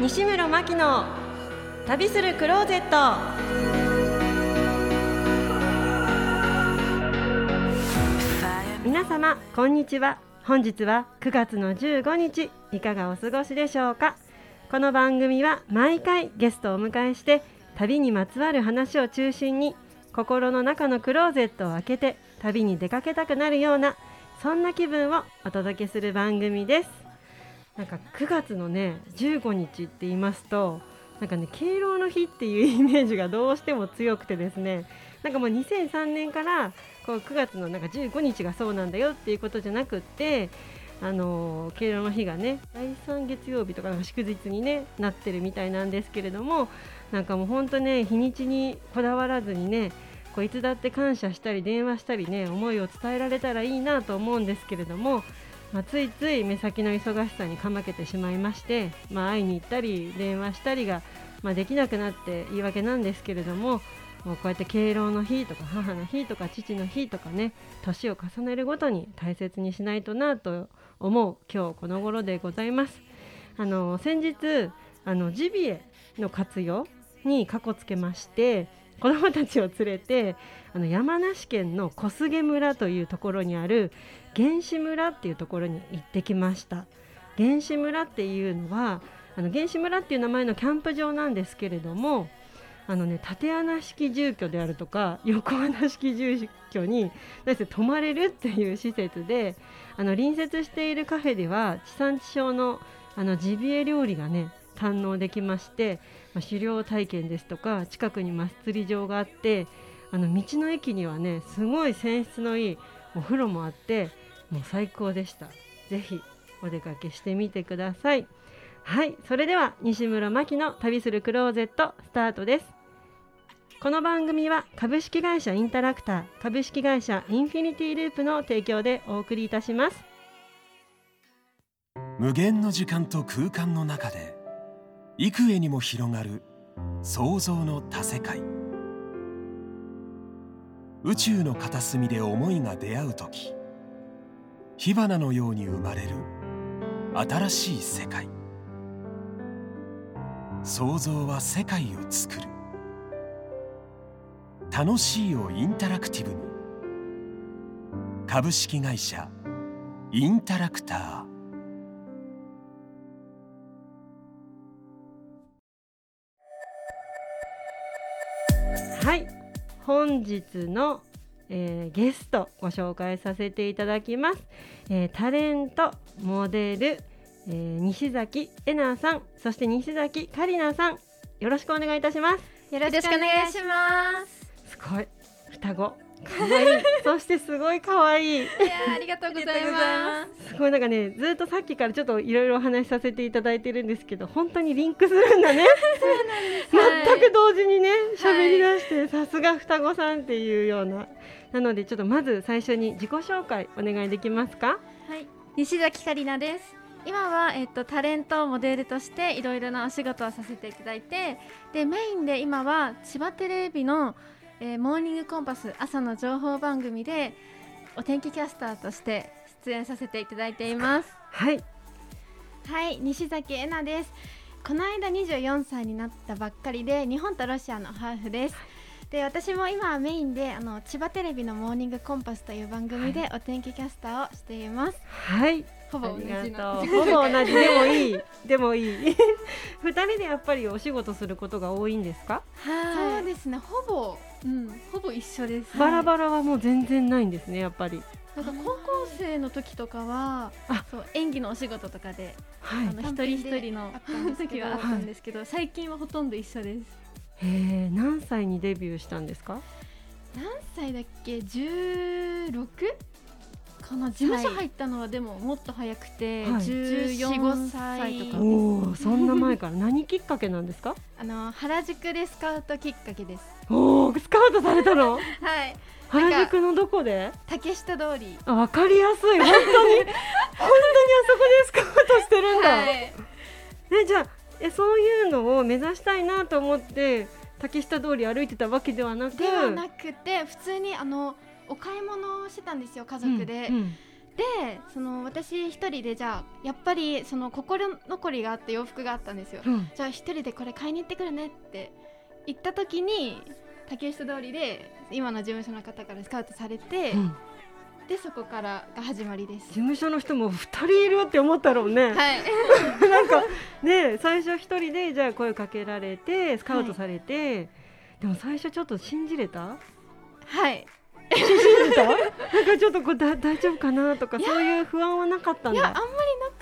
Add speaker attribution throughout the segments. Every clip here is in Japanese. Speaker 1: 西村真希の旅するクローゼット皆様こんにちは本日は9月の15日いかがお過ごしでしょうかこの番組は毎回ゲストをお迎えして旅にまつわる話を中心に心の中のクローゼットを開けて旅に出かけたくなるようなそんな気分をお届けする番組ですなんか9月のね15日って言いますとなんかね敬老の日っていうイメージがどうしても強くてですねなんかもう2003年からこう9月のなんか15日がそうなんだよっていうことじゃなくってあのー敬老の日がね第3月曜日とかなんか祝日に、ね、なってるみたいなんですけれどもなんかもう本当ね日にちにこだわらずにねこういつだって感謝したり電話したりね思いを伝えられたらいいなと思うんですけれども、まあ、ついつい目先の忙しさにかまけてしまいまして、まあ、会いに行ったり電話したりが、まあ、できなくなって言い訳なんですけれどももうこうやって敬老の日とか母の日とか父の日とかね年を重ねるごとに大切にしないとなと思う今日この頃でございます。あの先日あのジビエの活用にかこつけまして子どもたちを連れてあの山梨県の小菅村というところにある原始村っていうところに行ってきました原始村っていうのはあの原始村っていう名前のキャンプ場なんですけれどもあのね縦穴式住居であるとか横穴式住居になんせ泊まれるっていう施設であの隣接しているカフェでは地産地消のあのジビエ料理がね堪能できまして、まあ、狩猟体験ですとか近くに祭り場があってあの道の駅にはねすごい泉質のいいお風呂もあってもう最高でしたぜひお出かけしてみてくださいはいそれでは西村真希の旅するクローゼットスタートですこの番組は株式会社インタラクター株式会社インフィニティループの提供でお送りいたします
Speaker 2: 無限の時間と空間の中で幾重にも広がる創造の多世界宇宙の片隅で思いが出会う時火花のように生まれる新しい世界創造は世界を作る楽しいをインタラクティブに株式会社インタラクター
Speaker 1: はい本日の、えーゲストご紹介させていただきます、えータレントモデル、えー西崎えなさんそして西崎かりなさんよろしくお願いいたします
Speaker 3: よろしくお願いします。
Speaker 1: すごい双子可 愛いそしてすごい可愛い
Speaker 3: いやーありがとうございます
Speaker 1: ごいなんかねずっとさっきからちょっといろいろお話しさせていただいてるんですけど本当にリンクするんだね
Speaker 3: す。はい
Speaker 1: 全く同時にね喋り出して、さすが双子さんっていうようななのでちょっとまず最初に自己紹介お願いできますか
Speaker 3: はい、西崎かりなです。今は、えっと、タレントモデルとしていろいろなお仕事をさせていただいてでメインで今は千葉テレビの、えーモーニングコンパス朝の情報番組でお天気キャスターとして出演させていただいています
Speaker 1: はい
Speaker 4: はい、西崎えなです。この間24歳になったばっかりで、日本とロシアのハーフです。で、私も今はメインで、あの千葉テレビのモーニングコンパスという番組で、お天気キャスターをしています。
Speaker 1: はい
Speaker 3: ほぼ同じ
Speaker 1: あり
Speaker 3: の
Speaker 1: がとうほぼ同じでもい いでもい い二人でやっぱりお仕事することが多いんですか
Speaker 3: は
Speaker 4: そう
Speaker 3: い
Speaker 4: ですね、ほぼ、
Speaker 3: うん、ほぼ一緒です
Speaker 1: バラバラはもう全然ないんですねやっぱり
Speaker 3: なんか高校生の時とかは
Speaker 1: あ
Speaker 3: そう演技のお仕事とかで
Speaker 1: はい
Speaker 3: あの一人一人の
Speaker 4: 単品であった
Speaker 3: 時はあった
Speaker 4: んですけど
Speaker 3: んですけど最近はほとんど一緒です
Speaker 1: へえ何歳にデビューしたんですか
Speaker 4: 何歳だっけ、
Speaker 3: 16かな事務所入ったのはでももっと早くて、
Speaker 1: はい
Speaker 3: 14歳と
Speaker 4: そう
Speaker 3: か
Speaker 4: で
Speaker 1: おおそんな前から何きっかけなんですか
Speaker 4: あの原宿でスカウトきっかけです。
Speaker 1: おおスカウトされたの
Speaker 4: はい、
Speaker 1: 原宿のどこで
Speaker 4: 竹下通り。
Speaker 1: あわかりやすい本当に本当にあそこでスカウトしてるんだ、
Speaker 4: はい、
Speaker 1: えじゃあえそういうのを目指したいなと思って竹下通り歩いてたわけではなく
Speaker 4: ではなくて、普通にあのお買い物をしてたんですよ、家族で。
Speaker 1: うんうん
Speaker 4: でその私一人でじゃあやっぱりその心残りがあって洋服があったんですよ
Speaker 1: うん
Speaker 4: じゃあ一人でこれ買いに行ってくるねって言った時に竹下通りで今の事務所の方からスカウトされて、
Speaker 1: うん
Speaker 4: でそこからが始まりです
Speaker 1: 事務所の人も2人いるって思ったろうね、
Speaker 4: はい
Speaker 1: なんかね最初1人でじゃあ声かけられてスカウトされて、でも最初ちょっと信じれた
Speaker 4: はい
Speaker 1: 信じたなんかちょっとこうだ大丈夫かなとかそういう不安はなかったん
Speaker 4: いやあんま
Speaker 1: だ
Speaker 4: り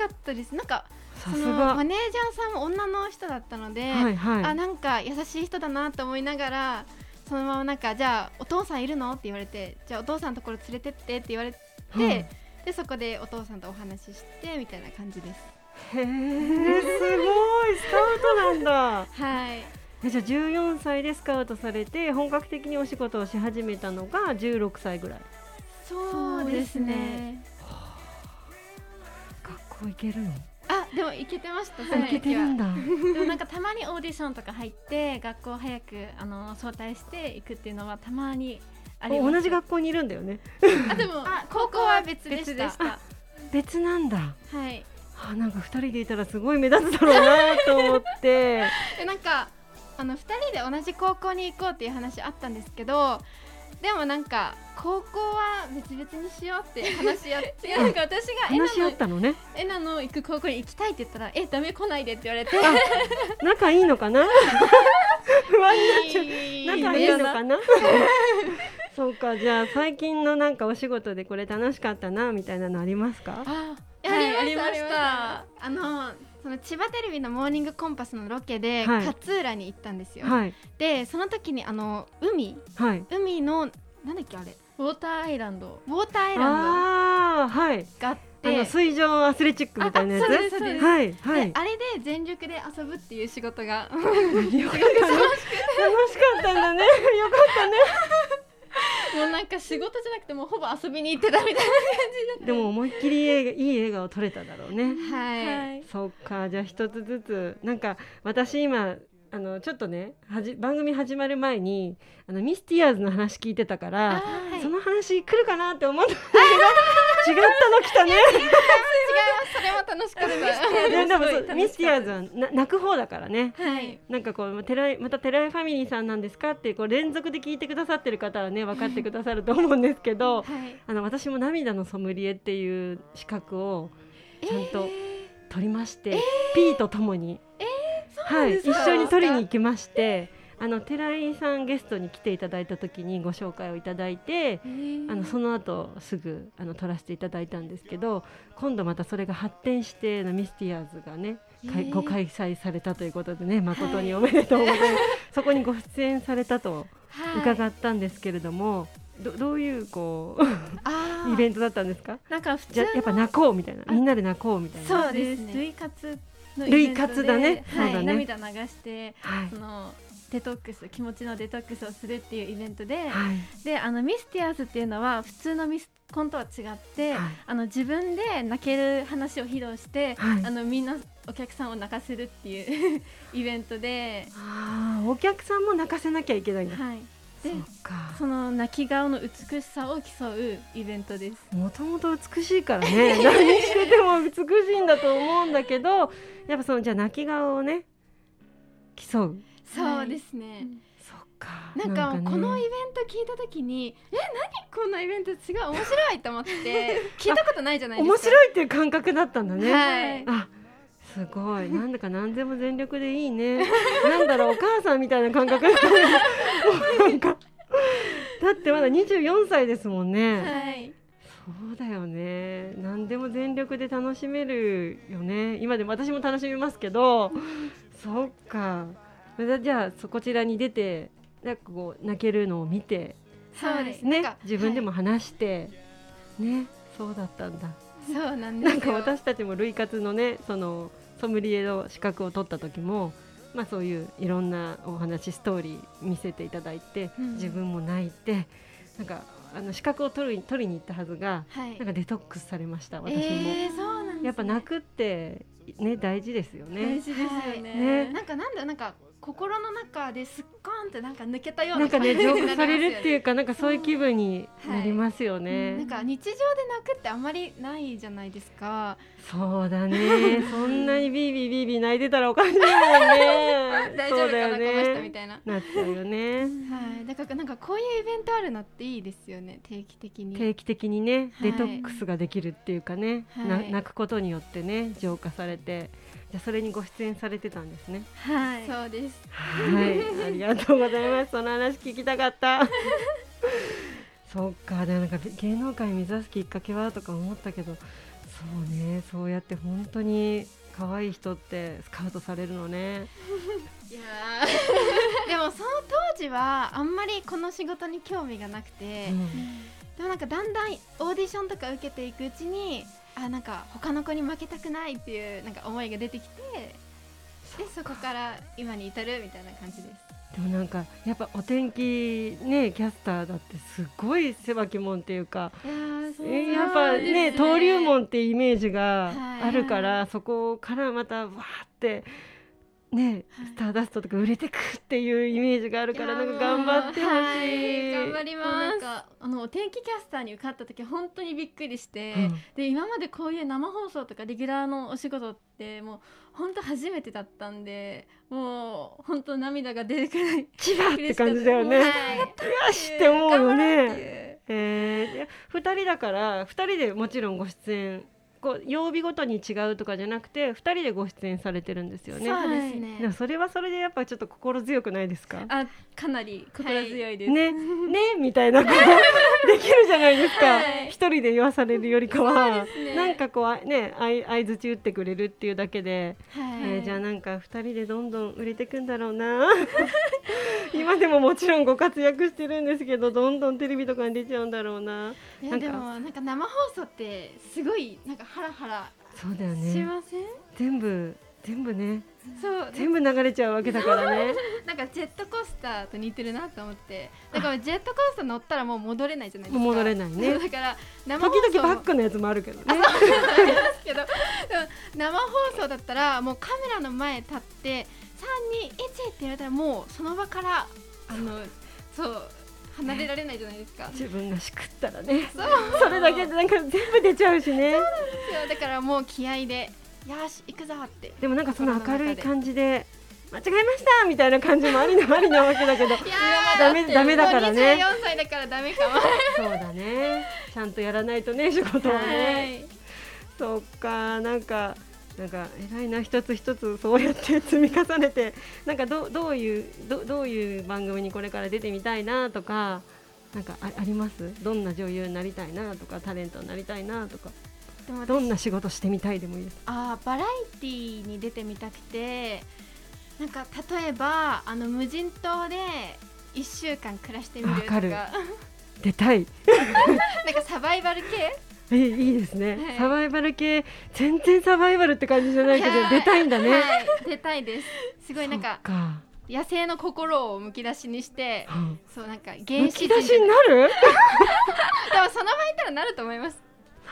Speaker 4: なかったですなんか
Speaker 1: さ
Speaker 4: そ
Speaker 1: す
Speaker 4: の
Speaker 1: が
Speaker 4: マネージャーさんも女の人だったので、
Speaker 1: はいはい
Speaker 4: あなんか優しい人だなと思いながらそのままなんかじゃあお父さんいるのって言われてじゃあお父さんのところ連れてってって言われて、
Speaker 1: うんへ
Speaker 4: でそこでお父さんとお話ししてみたいな感じです
Speaker 1: えすごいスカウトなんだ
Speaker 4: はい
Speaker 1: えじゃあ14歳でスカウトされて本格的にお仕事をし始めたのが16歳ぐらい
Speaker 4: そうですね
Speaker 1: 学校行けるの
Speaker 4: あでもいけてましたそ
Speaker 1: あ
Speaker 4: の
Speaker 1: 行けて
Speaker 4: 時
Speaker 1: るん
Speaker 4: は
Speaker 1: だ
Speaker 3: でもなんかたまにオーディションとか入って学校早くあの招待していくっていうのはたまにあります
Speaker 1: 同じ学校にいるんだよね
Speaker 4: あでも高校は別でした
Speaker 3: た
Speaker 1: 別なんだ
Speaker 4: はい
Speaker 1: あなんか二人でいたらすごい目立つだろうなと思って
Speaker 4: でなんかあの2人で同じ高校に行こうっていう話あったんですけどでもなんか高校は別々にしようって話し合って
Speaker 3: いや なんか私がえな
Speaker 1: 話し合ったのね
Speaker 3: えなの行く高校に行きたいって言ったらえダメ来ないでって言 われて
Speaker 1: 仲いいのかな不安になっちゃう仲いいのかなそうかじゃあ最近のなんかお仕事でこれ楽しかったなみたいなのありますか
Speaker 3: あ
Speaker 4: はい
Speaker 3: ありました
Speaker 4: ありましたあのその千葉テレビの「モーニングコンパス」のロケで、
Speaker 1: はい
Speaker 4: 勝浦に行ったんですよ、
Speaker 1: はい
Speaker 4: でその時にあの海
Speaker 1: はい
Speaker 4: 海のなんだっけあれ
Speaker 3: ウォーターアイランド
Speaker 4: ウォーターアイランド
Speaker 1: ああーはい
Speaker 4: があっ
Speaker 1: あの
Speaker 4: て
Speaker 1: 水上アスレチックみたいなやつ
Speaker 4: あそうですそうです
Speaker 1: はいはい
Speaker 4: であれで全力で遊ぶっていう仕事が
Speaker 1: よかったね楽しかったんだねよかったね
Speaker 3: もうなんか仕事じゃなくてもうほぼ遊びに行ってたみたい
Speaker 1: でも思いっきり映画いい映画を撮れただろうね
Speaker 4: はい、
Speaker 3: な、
Speaker 1: そっかじゃあ一つずつなんか私今あのちょっとねはじ番組始まる前にあのミスティアーズの話聞いてたから、
Speaker 4: はい
Speaker 1: その話来るかなって思ったんだけど違ったの来たね
Speaker 4: それは楽しかっ た
Speaker 1: いやでもそうミスティアーズはな泣く方だからね
Speaker 4: はい
Speaker 1: なんかこう寺井また寺井ファミリーさんなんですかってこう連続で聞いてくださってる方はね分かってくださると思うんですけど
Speaker 4: はい
Speaker 1: あの私も涙のソムリエっていう資格をちゃんと取りまして、P とともに、はい、一緒に取りに行きましてあの寺井さんゲストに来ていただいた時にご紹介をいただいてあのその後すぐあの取らせていただいたんですけど今度またそれが発展してあのミスティアーズがね、かいご開催されたということでね誠におめでとうござい ます、そこにご出演されたと伺ったんですけれども、どどういうこうイベントだったんですか
Speaker 3: なんか普通
Speaker 1: じゃ
Speaker 3: の
Speaker 1: やっぱ泣こうみたいなみんなで泣こうみたいな
Speaker 3: そうですね類活のイベントで
Speaker 1: 類活だね
Speaker 3: は
Speaker 1: そ
Speaker 3: い
Speaker 1: うだね
Speaker 3: 涙流して
Speaker 1: はい
Speaker 3: そのデトックス気持ちのデトックスをするっていうイベントで、
Speaker 1: はい
Speaker 3: であのミスティアーズっていうのは普通のミスコンとは違って、
Speaker 1: はい
Speaker 3: あの自分で泣ける話を披露して、
Speaker 1: はい
Speaker 3: あのみんなお客さんを泣かせるっていう イベントで、
Speaker 1: ああお客さんも泣かせなきゃいけないんだ、
Speaker 3: はい、で
Speaker 1: そっか
Speaker 3: その泣き顔の美しさを競うイベントです。
Speaker 1: もともと美しいからね 何してても美しいんだと思うんだけどやっぱそのじゃあ泣き顔をね競う
Speaker 4: そうですね、
Speaker 1: そっか
Speaker 4: なんかこのイベ
Speaker 1: ね
Speaker 4: ント聞いた時に、え何こんなイベントすごい面白いと思って 聞いたことないじゃないですか
Speaker 1: 面白いっていう感覚だったんだね、
Speaker 4: はい
Speaker 1: あすごいなんだか何でも全力でいいねなんだろうお母さんみたいな感覚だったねもうなんかだってまだ24歳ですもんね、
Speaker 4: はい
Speaker 1: そうだよね何でも全力で楽しめるよね今でも私も楽しみますけどそっかじゃあそこちらに出てなんかこう泣けるのを見て
Speaker 4: そうです
Speaker 1: ね
Speaker 4: なんか
Speaker 1: 自分でも話して、ねそうだったんだ
Speaker 4: はいそうなん です
Speaker 1: な
Speaker 4: よ
Speaker 1: んか私たちも類活のねそのソムリエの資格を取った時もまあそういういろんなお話ストーリー見せていただいて、
Speaker 4: うん
Speaker 1: 自分も泣いてなんかあの資格を取る取りに行ったはずが
Speaker 4: はい
Speaker 1: なんかデトックスされました私も、
Speaker 4: えー、そうなんです、ね、
Speaker 1: やっぱ泣くってね大事ですよね
Speaker 3: 大事ですよね。
Speaker 1: ね
Speaker 4: なんかなんだなんか心の中ですっコンってなんか抜けたよう
Speaker 1: な
Speaker 4: な
Speaker 1: んか ね、浄化されるっていううか、なんかそういう気分になりますよね。
Speaker 4: なんか日常で泣くってあまりないじゃないですか
Speaker 1: そうだ ね。そんなにビービービービー泣いてたらおかしいもんね。
Speaker 4: 大丈夫かな、
Speaker 1: そうだ
Speaker 4: この
Speaker 1: よ
Speaker 4: 人み
Speaker 1: ね。
Speaker 4: たいな
Speaker 1: なっちゃうよね。
Speaker 4: はいだからなんかこういうイベントあるのっていいですよね定期的に
Speaker 1: 定期的にね、
Speaker 4: は
Speaker 1: デ
Speaker 4: い
Speaker 1: トックスができるっていうかね、
Speaker 4: はい
Speaker 1: な泣くことによってね浄化されてじゃあそれにご出演されてたんですね
Speaker 3: はい
Speaker 4: そうです
Speaker 1: はいありがとうございますその話聞きたかった そっかでもなんか芸能界目指すきっかけはとか思ったけどそうねそうやって本当に可愛い人ってスカウトされるのね
Speaker 4: いやー でもその当時はあんまりこの仕事に興味がなくて、
Speaker 1: うん
Speaker 4: でもなんかだんだんオーディションとか受けていくうちにあなんか他の子に負けたくないっていうなんか思いが出てきてでそこから今に至るみたいな感じです
Speaker 1: でもなんかやっぱお天気ねキャスターだってすごい狭き門っていうか
Speaker 4: いやーそう
Speaker 1: えやっぱね登竜門ってイメージがあるから、
Speaker 4: は
Speaker 1: そこからまたわーってね、
Speaker 4: はい
Speaker 1: スターダストとか売れてくっていうイメージがあるから
Speaker 4: い
Speaker 1: な
Speaker 4: や
Speaker 1: ん
Speaker 4: ー
Speaker 1: か頑張ってほしい、
Speaker 4: はい頑張り
Speaker 3: なん
Speaker 4: ます
Speaker 3: かあのお天気キャスターに受かった時本当にびっくりして、
Speaker 1: うん
Speaker 3: で今までこういう生放送とかレギュラーのお仕事ってもう本当初めてだったんでもう本当涙が出るくらい
Speaker 1: 千葉って感じだよね、
Speaker 3: 嬉し
Speaker 4: はい
Speaker 1: よしって思うよ
Speaker 3: 頑張ろうって
Speaker 1: ね
Speaker 3: いう
Speaker 1: えーいや、2人だから2人でもちろんご出演こう曜日ごとに違うとかじゃなくて2人でご出演されてるんですよね
Speaker 4: そうですね、
Speaker 1: でもそれはそれでやっぱちょっと心強くないですか
Speaker 3: あかなり心強いです、
Speaker 1: ね、 ねみたいなことできるじゃないですか、
Speaker 3: はい
Speaker 1: 一人で言わされるよりかは、
Speaker 3: ね
Speaker 1: なんかこうあねあい相づち打ってくれるっていうだけで、
Speaker 4: はい、
Speaker 1: えーじゃあなんか二人でどんどん売れてくんだろうな 今でももちろんご活躍してるんですけどどんどんテレビとかに出ちゃうんだろうないな
Speaker 4: や
Speaker 1: んか
Speaker 4: でもなんか生放送ってすごいなんかハラハラ
Speaker 1: そうだよ
Speaker 4: し
Speaker 1: ね
Speaker 4: ません、
Speaker 1: 全部全部ね
Speaker 4: そう
Speaker 1: 全部流れちゃうわけだから ね
Speaker 4: なんかジェットコースターと似てるなと思ってだからジェットコースター乗ったらもう戻れないじゃないですか
Speaker 1: もう戻れないね
Speaker 4: だから生放送
Speaker 1: 時々バッ
Speaker 4: も
Speaker 1: クのやつもあるけどね
Speaker 4: ですけどでも生放送だったらもうカメラの前立って321って言われたらもうその場からあのそう離れられないじゃないですか
Speaker 1: 自分がしくったらね
Speaker 4: そう
Speaker 1: それだけでなんか全部出ちゃうしね
Speaker 4: そうだからもう気合でよし行くぞって
Speaker 1: でもなんかその明るい感じで間違えましたみたいな感じもありのありなわけだけど
Speaker 4: いやー
Speaker 1: ダメダメだからね
Speaker 4: もう24歳だからダメかも
Speaker 1: そうだねちゃんとやらないと ね仕事はね、
Speaker 4: はい
Speaker 1: そっかなんかなんか偉いな一つ一つそうやって積み重ねてなんかどうどういうどどういう番組にこれから出てみたいなとかなんかあありますどんな女優になりたいなとかタレントになりたいなとか
Speaker 4: でも
Speaker 1: どんな仕事してみたいでもいいです
Speaker 4: あーバラエティーに出てみたくてなんか例えばあの無人島で1週間暮らしてみるとか
Speaker 1: わかる出たい
Speaker 4: なんかサバイバル系
Speaker 1: えいいですね、
Speaker 4: はい
Speaker 1: サバイバル系全然サバイバルって感じじゃないけど
Speaker 4: いやー
Speaker 1: 出たいんだね、
Speaker 4: はい出たいですすごいなんか
Speaker 1: そっか
Speaker 4: 野生の心をむき出しにして
Speaker 1: うん
Speaker 4: そうなんか原
Speaker 1: む
Speaker 4: 始
Speaker 1: き
Speaker 4: 人で
Speaker 1: 出
Speaker 4: も
Speaker 1: しになる
Speaker 4: その場にいたらなると思います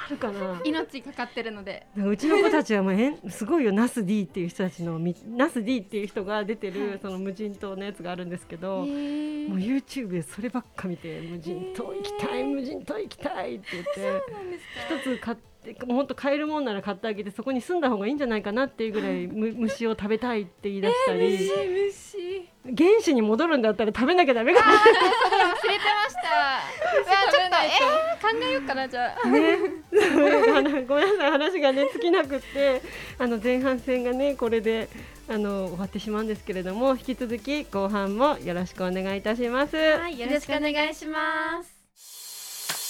Speaker 1: なるかな
Speaker 4: 命かかってるので
Speaker 1: なんかうちの子たちはもうえんすごいよナス D っていう人たちのみナス D っていう人が出てるその無人島のやつがあるんですけど、もう YouTube でそればっか見て無人島行きたい、無人島行きたいって言って一つ買ってもうほんと買えるもんなら買ってあげてそこに住んだ方がいいんじゃないかなっていうぐらいむ 虫を食べたいって言い出したり、
Speaker 3: 虫
Speaker 1: 原始に戻るんだったら食べなきゃダメかな
Speaker 4: 忘れてま したうわちょっとえー、考えようかなじゃあ
Speaker 1: ね、そういう話ごめんなさい話がね尽きなくってあの前半戦がねこれであの終わってしまうんですけれども引き続き後半もよろしくお願いいたします。
Speaker 4: はいよろしくお願いします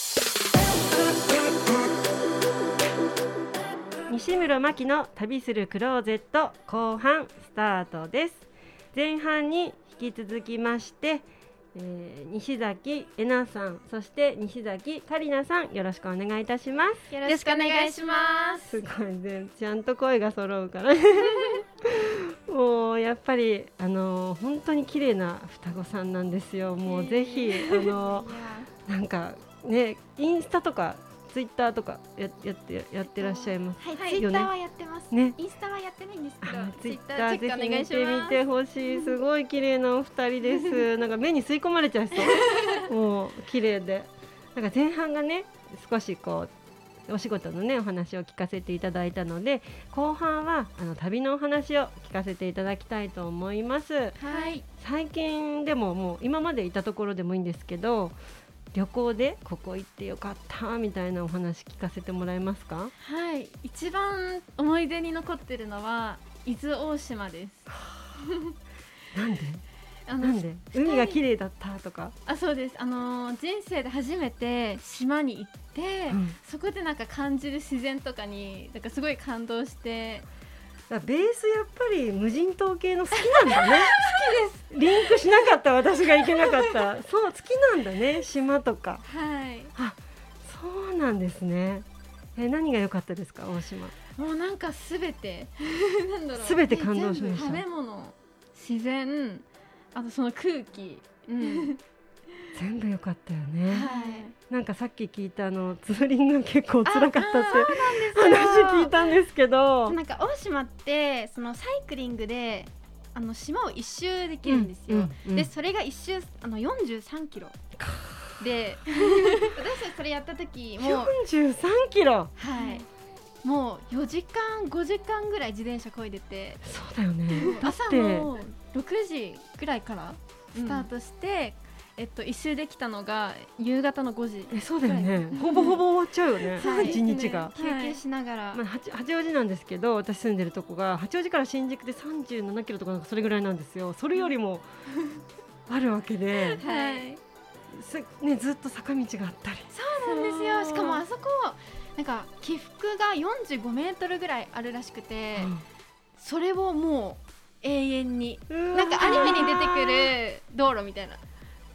Speaker 1: 西村真希の旅するクローゼット後半スタートです前半に引き続きまして、えー西崎えなさんそして西崎かりなさんよろしくお願いいたします
Speaker 4: よろしくお願いしま
Speaker 1: す
Speaker 4: す
Speaker 1: ごいねちゃんと声が揃うからもうやっぱりあの本当に綺麗な双子さんなんですよもうぜひあの
Speaker 4: いや
Speaker 1: なんかねインスタとかツイッターとかややってやってらっしゃいます。
Speaker 4: はい、
Speaker 3: はい
Speaker 4: ツイ
Speaker 1: よ
Speaker 4: ッ
Speaker 1: ね
Speaker 4: ターはやってます、
Speaker 1: ね
Speaker 4: インスタはやってないんですけど
Speaker 1: あツ
Speaker 4: ツ
Speaker 1: イ
Speaker 4: イ
Speaker 1: ッ
Speaker 4: ッ
Speaker 1: ター
Speaker 4: ター
Speaker 1: ぜ
Speaker 4: チェックお
Speaker 1: ひ
Speaker 4: 願
Speaker 1: 見
Speaker 4: いして
Speaker 1: み
Speaker 4: ます
Speaker 1: てほしい。すごい綺麗なお二人 です。なんか目に吸い込まれちゃいそう。もう綺麗で。なんか前半がね、少しこうお仕事のねお話を聞かせていただいたので、後半はあの旅のお話を聞かせていただきたいと思います。
Speaker 3: はい
Speaker 1: 最近でももう今までいたところでもいいんですけど。旅行でここ行ってよかったみたいなお話聞かせてもらえますか
Speaker 3: はい一番思い出に残ってるのは伊豆大島です
Speaker 1: なんで
Speaker 3: あ
Speaker 1: な
Speaker 3: の
Speaker 1: んで海が綺麗だったとか、
Speaker 3: あそうですあのー人生で初めて島に行って、
Speaker 1: うん
Speaker 3: そこでなんか感じる自然とかになんかすごい感動して
Speaker 1: だからベースやっぱり無人島系の好きなんだね好きですリンクしなかった私が行けなかった そう好きなんだね島とか
Speaker 3: はい
Speaker 1: そうなんですねえ何が良かったですか大島
Speaker 3: もうなんかすべて なんだろう
Speaker 1: 全て感動しました
Speaker 3: 全部食べ物自然あとその空気、うん、
Speaker 1: 全部良かったよね、
Speaker 3: はい
Speaker 1: なんかさっき聞いたあのツーリングが結構辛かったっ
Speaker 3: あ
Speaker 1: て話聞いたんですけど
Speaker 4: なんか大島ってそのサイクリングであの島を一周できるんですよ、
Speaker 1: うんうん
Speaker 4: でそれが一周あの43キロ で私たちそれやった時もう、
Speaker 1: 43キロ
Speaker 4: はい、もう4時間5時間ぐらい自転車こいでて
Speaker 1: そうだよねだっ
Speaker 3: 朝
Speaker 1: て
Speaker 3: の6時ぐらいからスタートして、えっと、一周できたのが夕方の5時
Speaker 1: えそうだよねほぼほぼ終わっちゃうよね
Speaker 4: はい
Speaker 1: 一日が、
Speaker 4: 休憩しながら、
Speaker 1: まあ、八八王子なんですけど私住んでるとこが八王子から新宿で37キロとかなんかそれぐらいなんですよそれよりもあるわけ で、
Speaker 3: はい
Speaker 1: すね、ずっと坂道があったり
Speaker 4: そうなんです
Speaker 3: そ
Speaker 4: よ
Speaker 3: う
Speaker 4: しかもあそこなんか起伏が45メートルぐらいあるらしくて、それをもう永遠に
Speaker 1: うん
Speaker 4: なんかアニメに出てくる道路みたいな。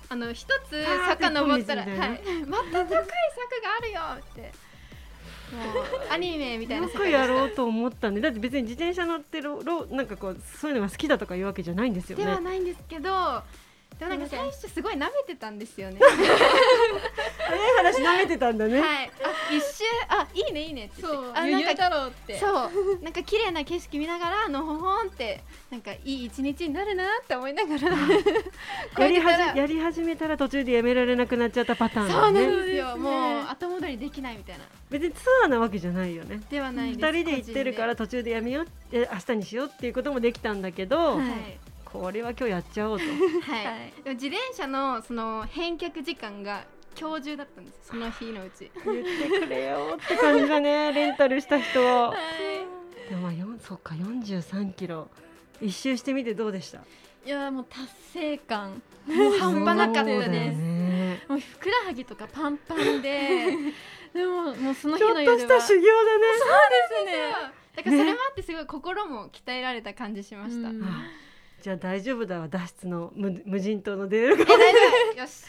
Speaker 4: あの一つ坂登ったら、
Speaker 1: パ
Speaker 4: は
Speaker 1: ー
Speaker 4: い、
Speaker 1: って
Speaker 4: また高い坂があるよって。もうアニメみたいな
Speaker 1: よ
Speaker 4: 世
Speaker 1: く
Speaker 4: 界で
Speaker 1: や
Speaker 4: した。
Speaker 1: ろうと思ったんでだって別に自転車乗ってるろなんかこうそういうのが好きだとかいうわけじゃないんですよ
Speaker 4: では
Speaker 1: ね
Speaker 4: ないんですけど、でもなんか最初すごい舐めてたんですよね。
Speaker 1: 早い話舐めてたんだね、
Speaker 4: はい、あ一周あいいねいいねって言ってあ
Speaker 3: 余
Speaker 4: な
Speaker 3: 裕
Speaker 4: んか
Speaker 3: だろうって
Speaker 4: そうなんか綺麗な景色見ながらのほほんってなんかいい一日になるなって思い ながらこ
Speaker 1: や
Speaker 4: え
Speaker 1: り
Speaker 4: てた
Speaker 1: は
Speaker 4: ら
Speaker 1: じやり始めたら途中でやめられなくなっちゃったパターン
Speaker 4: そうなん
Speaker 1: だ
Speaker 4: で
Speaker 1: ね
Speaker 4: すよ、
Speaker 3: そうですね
Speaker 4: もう後戻りできないみたいな
Speaker 1: 別にツアーなわけじゃないよね
Speaker 4: ではないです
Speaker 1: 2人で行ってるから途中でやめようって明日にしようっていうこともできたんだけど、
Speaker 4: 個人
Speaker 3: はい
Speaker 4: で
Speaker 1: これは今日やっちゃおうと
Speaker 4: はい、
Speaker 3: は
Speaker 4: はいい、でも自転車のその返却時間が今日中だったんですよその日のうち
Speaker 1: 言ってくれよって感じだ ねレンタルした人を
Speaker 3: い
Speaker 1: でもまあ4そっか43キロ一周してみてどうでした
Speaker 3: やもう達成感
Speaker 4: もう半端なかった
Speaker 1: そうだよ
Speaker 4: です、
Speaker 1: ね
Speaker 3: もうふくらはぎとかパンパンででももうその
Speaker 1: ち
Speaker 3: 日
Speaker 1: ょっ
Speaker 3: の
Speaker 1: と
Speaker 3: 夜
Speaker 1: した
Speaker 3: は
Speaker 1: 修行だね
Speaker 4: だからそれもあってすごい心も鍛えられた感じしました、
Speaker 3: うん
Speaker 4: え
Speaker 1: あじゃあ大丈夫だわ脱出の無無人島の出るか
Speaker 4: 大丈夫よし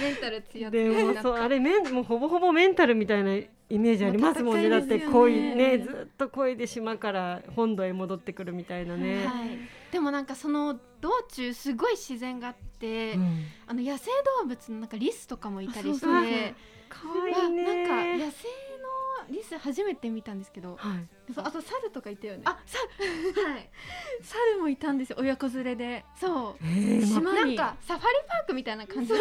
Speaker 4: メンタル強く
Speaker 1: でもそうあれメンもうほぼほぼメンタルみたいなイメージありますもんね
Speaker 3: も
Speaker 1: だ
Speaker 3: う
Speaker 1: っ
Speaker 3: 戦
Speaker 1: て
Speaker 3: いですよね
Speaker 1: 恋ねずっと恋で島から本土へ戻ってくるみたいなね、
Speaker 4: はい、でもなんかその道中すごい自然があって、
Speaker 1: うん
Speaker 4: あの野生動物のなんかリスとかもいたりして
Speaker 1: あそうそう
Speaker 4: か
Speaker 1: わいいね
Speaker 4: なんか野生のリス初めて見たんですけど
Speaker 1: はい、
Speaker 3: そうあと猿とかいたよね
Speaker 4: あさはい
Speaker 3: 猿もいたんですよ親子連れで
Speaker 4: そう
Speaker 1: えーま
Speaker 3: 島
Speaker 4: な
Speaker 3: に
Speaker 4: んかサファリパークみたいな感じ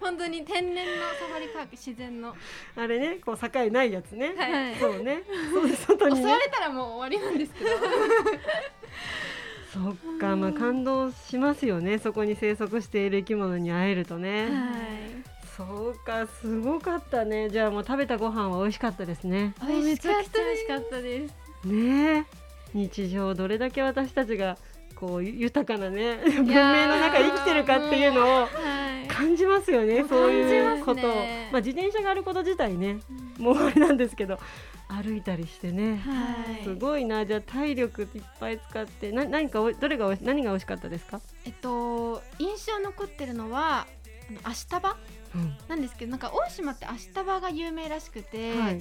Speaker 4: 本当に天然のサファリパーク自然の
Speaker 1: あれねこう境ないやつね、
Speaker 4: はい
Speaker 1: そうねそうです外に
Speaker 4: 襲わ
Speaker 1: ね
Speaker 4: れたらもう終わりなんですけど
Speaker 1: そっかまあ感動しますよねそこに生息している生き物に会えるとね、
Speaker 3: はい
Speaker 1: そうかすごかったねじゃあもう食べたご飯は美味しかったですね
Speaker 4: 美
Speaker 3: め
Speaker 4: 味し
Speaker 3: ち
Speaker 4: か
Speaker 3: ゃ
Speaker 4: っ
Speaker 3: くちゃ
Speaker 4: た
Speaker 3: 美
Speaker 4: で
Speaker 3: 味し
Speaker 4: す
Speaker 3: かったです
Speaker 1: ねえ日常どれだけ私たちがこう豊かなね文明
Speaker 4: や
Speaker 1: の
Speaker 4: ー
Speaker 1: 中生きてるかっていうのを
Speaker 3: はい
Speaker 1: 感じますよね
Speaker 3: もう
Speaker 1: そういうこと
Speaker 3: 感じ
Speaker 1: を
Speaker 3: ます
Speaker 1: ま
Speaker 3: ね
Speaker 1: あ、自転車があること自体ねもうあれなんですけど歩いたりしてね、
Speaker 3: はい
Speaker 1: すごいなじゃあ体力いっぱい使ってな何かおどれがおい何が美味しかったですか、
Speaker 4: えっと印象に残ってるのはあの足束なんですけどなんか大島って足束が有名らしくて、
Speaker 1: はい、
Speaker 4: も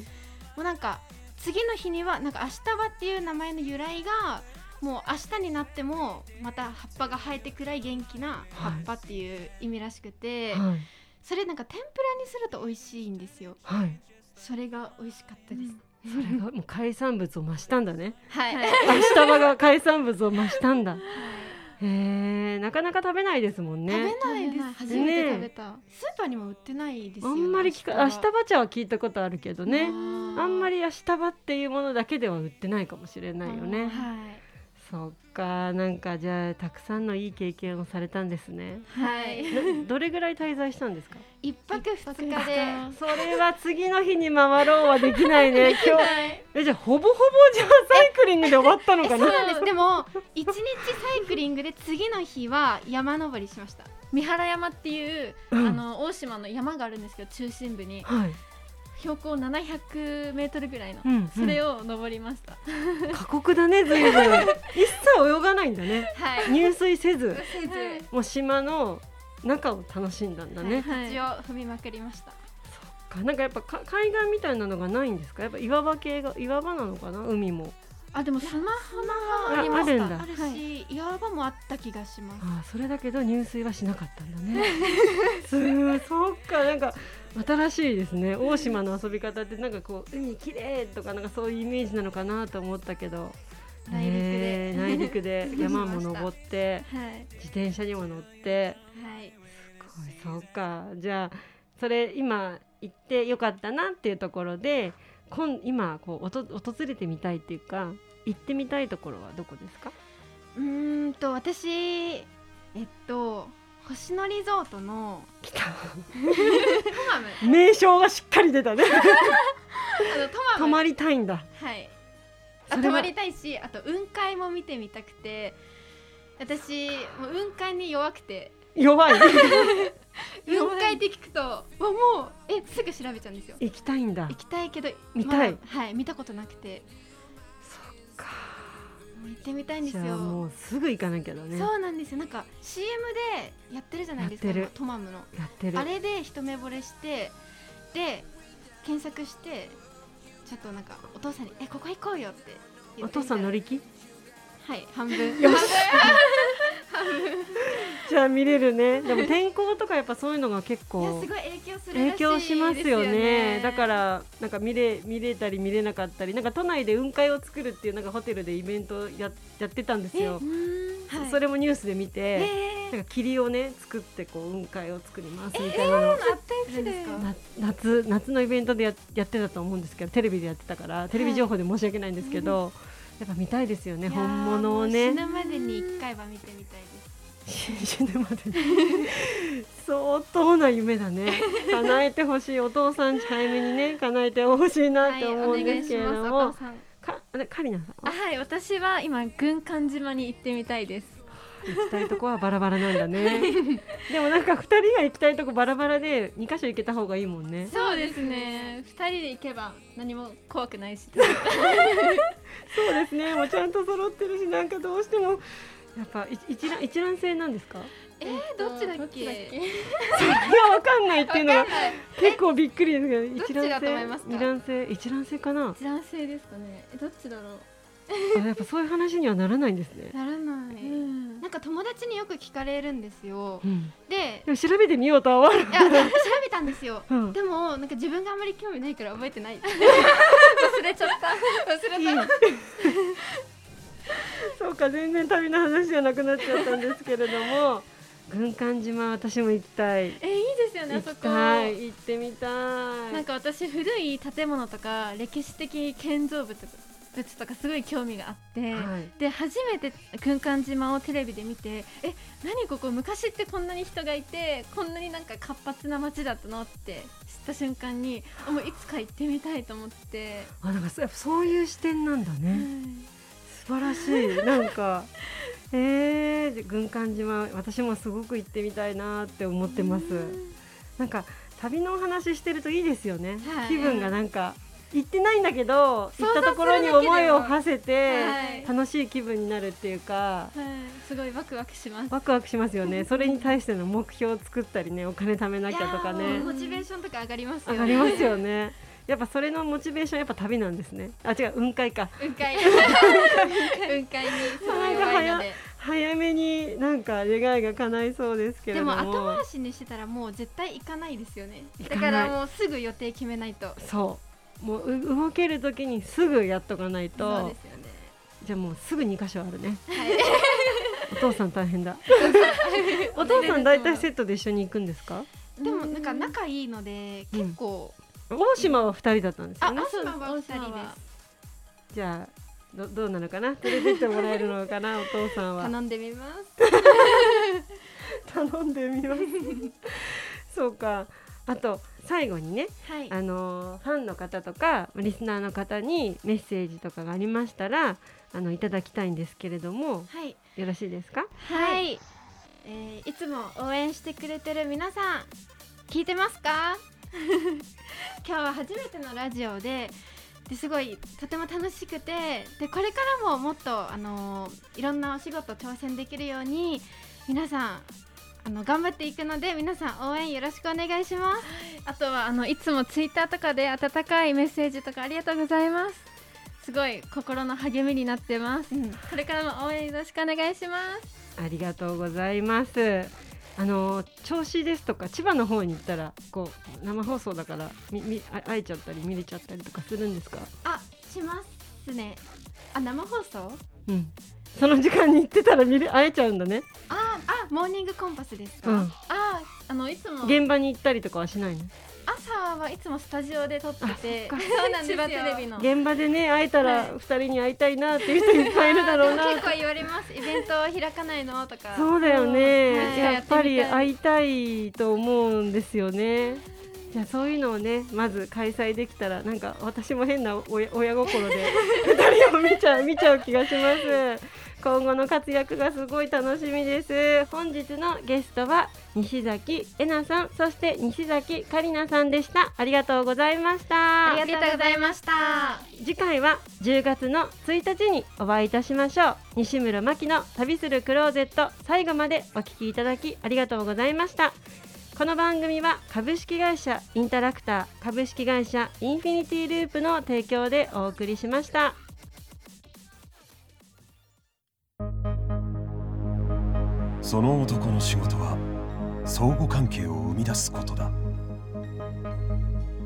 Speaker 4: うなんか次の日にはなんか明日葉っていう名前の由来がもう明日になってもまた葉っぱが生えてくらい元気な葉っぱっていう意味らしくて、
Speaker 1: はい
Speaker 4: それなんか天ぷらにすると美味しいんですよ
Speaker 1: はい。
Speaker 4: それが美味しかったです、
Speaker 1: それがもう海産物を増したんだ ね。
Speaker 4: はい、
Speaker 3: はい
Speaker 1: 明日場が海産物を増したんだ。へえ、なかなか食べないですもん
Speaker 4: 食
Speaker 1: ね。
Speaker 4: べないです
Speaker 3: 初
Speaker 4: 初
Speaker 1: ね
Speaker 3: め
Speaker 4: め
Speaker 3: て食べ
Speaker 4: て食べ
Speaker 3: た、
Speaker 4: スーパーにも売ってないです
Speaker 1: あ
Speaker 4: よね
Speaker 1: んまり聞か、明日
Speaker 4: は
Speaker 1: 場茶は聞いたことあるけどね。あんま
Speaker 4: り
Speaker 1: り明日場っていうものだけでは売ってないかもしれないよね。
Speaker 4: はい
Speaker 1: そっか、なんかじゃあたくさんのいい経験をされたんですね。
Speaker 4: はい
Speaker 1: どどれぐらい滞在したんですか。
Speaker 4: 一泊二日で
Speaker 3: 一泊二
Speaker 1: それは次の日に回ろうはできない ね。今日
Speaker 4: はい
Speaker 1: えじゃあほぼほぼじゃあサイクリングで終わったの
Speaker 4: え
Speaker 1: か
Speaker 4: そう
Speaker 1: な。
Speaker 4: なんですでも一日サイクリングで次の日は山登りしました
Speaker 3: 三原山っていう、
Speaker 1: うん
Speaker 3: あの大島の山があるんですけど中心部に
Speaker 1: はい。
Speaker 3: 標高700メートルぐらいの、
Speaker 1: うん、
Speaker 3: それを登りました、
Speaker 1: うん過酷だね随分。一切泳がないんだね。
Speaker 4: はい
Speaker 1: 入水せず、
Speaker 4: せず
Speaker 1: もう島の中を楽しんだんだね。
Speaker 3: はい
Speaker 4: 土を踏みまくりました
Speaker 1: かなんかやっぱか海岸みたいなのがないんですか。やっぱ岩場系が岩場なのかな海も。
Speaker 3: あでも砂浜は
Speaker 1: あ
Speaker 3: ありました
Speaker 1: あるんだ
Speaker 4: あるし、
Speaker 3: はい
Speaker 4: 岩場もあった気がします
Speaker 1: ああそれだけど入水はしなかったんだ ね。すごいそっかなんか新しいですね。大島の遊び方ってなんかこう海きれいとかなんかそういうイメージなのかなと思ったけど。
Speaker 4: 内陸で
Speaker 1: ねえ内陸 で山も
Speaker 4: しました
Speaker 1: 登って
Speaker 4: はい
Speaker 1: 自転車にも乗って
Speaker 4: はい
Speaker 1: そうかじゃあそれ今行ってよかったなっていうところで今今こうおと訪れてみたいっていうか行ってみたいところはどこですか
Speaker 4: うーんと私えっと星野リゾートの
Speaker 1: 来た
Speaker 4: トマム
Speaker 1: 名称がしっかり出たね
Speaker 4: あのトマ
Speaker 1: 泊
Speaker 4: ム
Speaker 1: まりたいんだ
Speaker 4: はい
Speaker 1: そ
Speaker 4: あ
Speaker 1: れ
Speaker 4: 泊
Speaker 1: は
Speaker 4: まりたいしあと雲海も見てみたくて私もう雲海に弱くて
Speaker 1: 弱い
Speaker 4: 雲海って聞くとわもうえすぐ調べちゃうんですよ
Speaker 1: 行きたいんだ
Speaker 4: 行きたいけど
Speaker 1: 見たい
Speaker 4: まだはい見たことなくて
Speaker 1: そっか
Speaker 4: もう行ってみたいんです
Speaker 1: じゃあ
Speaker 4: よ
Speaker 1: もうすぐ行かなきゃだね
Speaker 4: そうなんですよなんか CM でやってるじゃないですか
Speaker 1: やってる
Speaker 4: 今トマムの
Speaker 1: やってる
Speaker 4: あれで一目惚れしてで検索してちょっとなんかお父さんに「えここ行こうよ」って言
Speaker 1: お
Speaker 4: ってみたら
Speaker 1: 父さん乗り気
Speaker 4: はい半分
Speaker 1: よし。じゃあ見れるね。でも天候とかやっぱそういうのが結
Speaker 4: いや
Speaker 1: 構
Speaker 4: すごい影響するらしい
Speaker 1: 影響しますよね。
Speaker 4: ですよ
Speaker 1: だからなんか見れ見れたり見れなかったり、なんか都内で雲海を作るっていうなんかホテルでイベントややってたんです
Speaker 4: え
Speaker 1: よ
Speaker 4: う。ーん
Speaker 1: そ
Speaker 4: はい
Speaker 1: それもニュースで見て、
Speaker 4: え
Speaker 1: なんか霧をね作ってこう雲海を作りますみたいなのを。
Speaker 4: ー、あったやつですか
Speaker 1: な夏夏のイベントでややってたと思うんですけどテレビでやってたからテレビ情報で申し訳ないんですけど、やっぱ見たいですよね
Speaker 4: いやー
Speaker 1: 本物を
Speaker 4: も
Speaker 1: ね
Speaker 4: う死ぬまでに一回は見てみたいです
Speaker 1: 死ぬまでに 相当な夢だね叶えてほしいお父さん早めにね叶えてほしいなって思うんですけれども、
Speaker 4: はいお願いしますお父さん
Speaker 1: かあれカリナさん
Speaker 3: あはい私は今軍艦島に行ってみたいです
Speaker 1: 行きたいとこはバラバラなんだねでもなんか二人が行きたいとこバラバラで二箇所行けた方がいいもんね
Speaker 3: そうですね二人で行けば何も怖くないし
Speaker 1: そうですねもうちゃんと揃ってるしなんかどうしてもやっぱい一覧一覧性なんですかい
Speaker 4: えー、どっちだっけ
Speaker 1: やわかんないっていうのが結構びっくりですけど
Speaker 4: どっ
Speaker 1: 一
Speaker 4: ち
Speaker 1: 覧
Speaker 4: だと思います
Speaker 1: 性
Speaker 4: か
Speaker 1: 二覧性一覧性かな
Speaker 3: 一覧性ですかねえどっちだろう
Speaker 1: あやっぱそういう話にはならないんですね。
Speaker 4: ならな
Speaker 3: う
Speaker 4: い
Speaker 3: ん
Speaker 4: なんか友達によく聞かれるんですよ
Speaker 1: うん、
Speaker 4: で
Speaker 1: でも調べてみようとは思わない。
Speaker 4: いや調べたんですよ
Speaker 1: うん
Speaker 4: でもなんか自分があんまり興味ないから覚えてない忘れちゃった忘れた
Speaker 1: そうか全然旅の話じゃなくなっちゃったんですけれども軍艦島私も行きたい
Speaker 3: えいいですよね
Speaker 1: 行
Speaker 3: あ
Speaker 1: き
Speaker 3: そこ
Speaker 1: たい行ってみたい
Speaker 3: なんか私古い建物とか歴史的建造物とか物とかすごい興味があって、
Speaker 1: はい
Speaker 3: で初めて軍艦島をテレビで見てえ何ここ昔ってこんなに人がいてこんなになんか活発な街だったのって知った瞬間にあもういつか行ってみたいと思って、
Speaker 1: あなんかそうやっぱそういう視点なんだ
Speaker 3: う
Speaker 1: ね
Speaker 3: ん
Speaker 1: 素晴らしいなんか えー、軍艦島私もすごく行ってみたいなって思ってますなんか旅のお話してるといいですよね、
Speaker 4: はい
Speaker 1: 気分がなんか行ってないんだけど行
Speaker 4: 想
Speaker 1: っ
Speaker 4: 像
Speaker 1: たところに思いを馳せて、
Speaker 4: はい
Speaker 1: 楽しい気分になるっていうか
Speaker 3: はい、すごいワクワクします
Speaker 1: ワクワクしますよねそれに対しての目標を作ったりねお金貯めなきゃとか
Speaker 4: いやー
Speaker 1: ね
Speaker 4: モチベーションとか上がりますよ
Speaker 1: 上
Speaker 4: ね
Speaker 1: がりますよねやっぱそれのモチベーションやっぱ旅なんですねあ違う雲海か
Speaker 4: 雲海雲海にすごい
Speaker 1: なんか
Speaker 4: 弱いの
Speaker 1: 早
Speaker 4: で
Speaker 1: 早めになんか願いが叶いそうですけれ
Speaker 4: で
Speaker 1: ども
Speaker 4: も後回しにしてたらもう絶対行かないですよね
Speaker 1: 行か
Speaker 4: だ
Speaker 1: ない
Speaker 4: からもうすぐ予定決めないと
Speaker 1: そうもうう動ける時にすぐやっとかない
Speaker 4: そう
Speaker 1: と
Speaker 4: ですよね
Speaker 1: じゃあもうすぐ2箇所あるね
Speaker 4: はい
Speaker 1: お父さん大変だ お父さん大体セットで一緒に行くんですか
Speaker 4: でもなんか仲いいので
Speaker 1: うん
Speaker 4: 結構、
Speaker 1: 大島は2人だったんですよね
Speaker 4: あそうです
Speaker 3: 大島
Speaker 4: お二人
Speaker 3: は
Speaker 4: で
Speaker 1: じゃあどどうなのかな連れてってもらえるのか なお父さんは
Speaker 4: 頼んでみます
Speaker 1: 頼んでみます そうかあと最後にね
Speaker 4: はい
Speaker 1: あのーファンの方とかリスナーの方にメッセージとかがありましたらあのいただきたいんですけれども
Speaker 4: はい
Speaker 1: よろしいですか
Speaker 4: はい、えーいつも応援してくれてる皆さん聞いてますか 今日は初めてのラジオでですごいとても楽しくてでこれからももっと、あのーいろんなお仕事挑戦できるように皆さんあの頑張っていくので皆さん応援よろしくお願いします
Speaker 3: あとはあのいつもツイッターとかで温かいメッセージとかありがとうございますすごい心の励みになってます、これからも応援よろしくお願いします
Speaker 1: ありがとうございますあのー銚子ですとか千葉の方に行ったらこう生放送だからみみあ会えちゃったり見れちゃったりとかするんですか
Speaker 4: あしますねあ生放送
Speaker 1: うんその時間に行ってたら見れ会えちゃうんだね
Speaker 4: ああモーニングコンパスですか、
Speaker 1: うん
Speaker 3: ああのいつも
Speaker 1: 現場に行ったりとかはしないの
Speaker 4: 朝はいつもスタジオで撮ってて
Speaker 1: あそっか
Speaker 4: そうなんで
Speaker 3: 千
Speaker 4: すよ
Speaker 3: 葉テレビの
Speaker 1: 現場でね会えたら二人に会いたいなっていう人いっぱいいるだろうな
Speaker 4: でも結構言われますイベントを開かないのとか
Speaker 1: そうだよ
Speaker 4: は
Speaker 1: ね、
Speaker 4: い
Speaker 1: やっぱり会いたいと思うんですよね。じゃあそういうのをねまず開催できたらなんか私も変な親親心で二人を見ち ゃう見ちゃう気がします。今後の活躍がすごい楽しみです。本日のゲストは西崎えなさん、そして西崎かりなさんでした。ありがとうございました。
Speaker 4: ありがとうございました
Speaker 1: 次回は10月の1日にお会いいたしましょう西村真希の旅するクローゼット最後までお聞きいただきありがとうございましたこの番組は株式会社インタラクター株式会社インフィニティループの提供でお送りしました
Speaker 2: その男の仕事は相互関係を生み出すことだ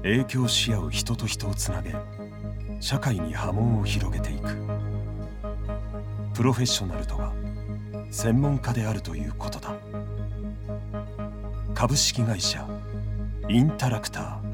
Speaker 2: 影響し合う人と人をつなげ社会に波紋を広げていくプロフェッショナルとは専門家であるということだ株式会社インタラクター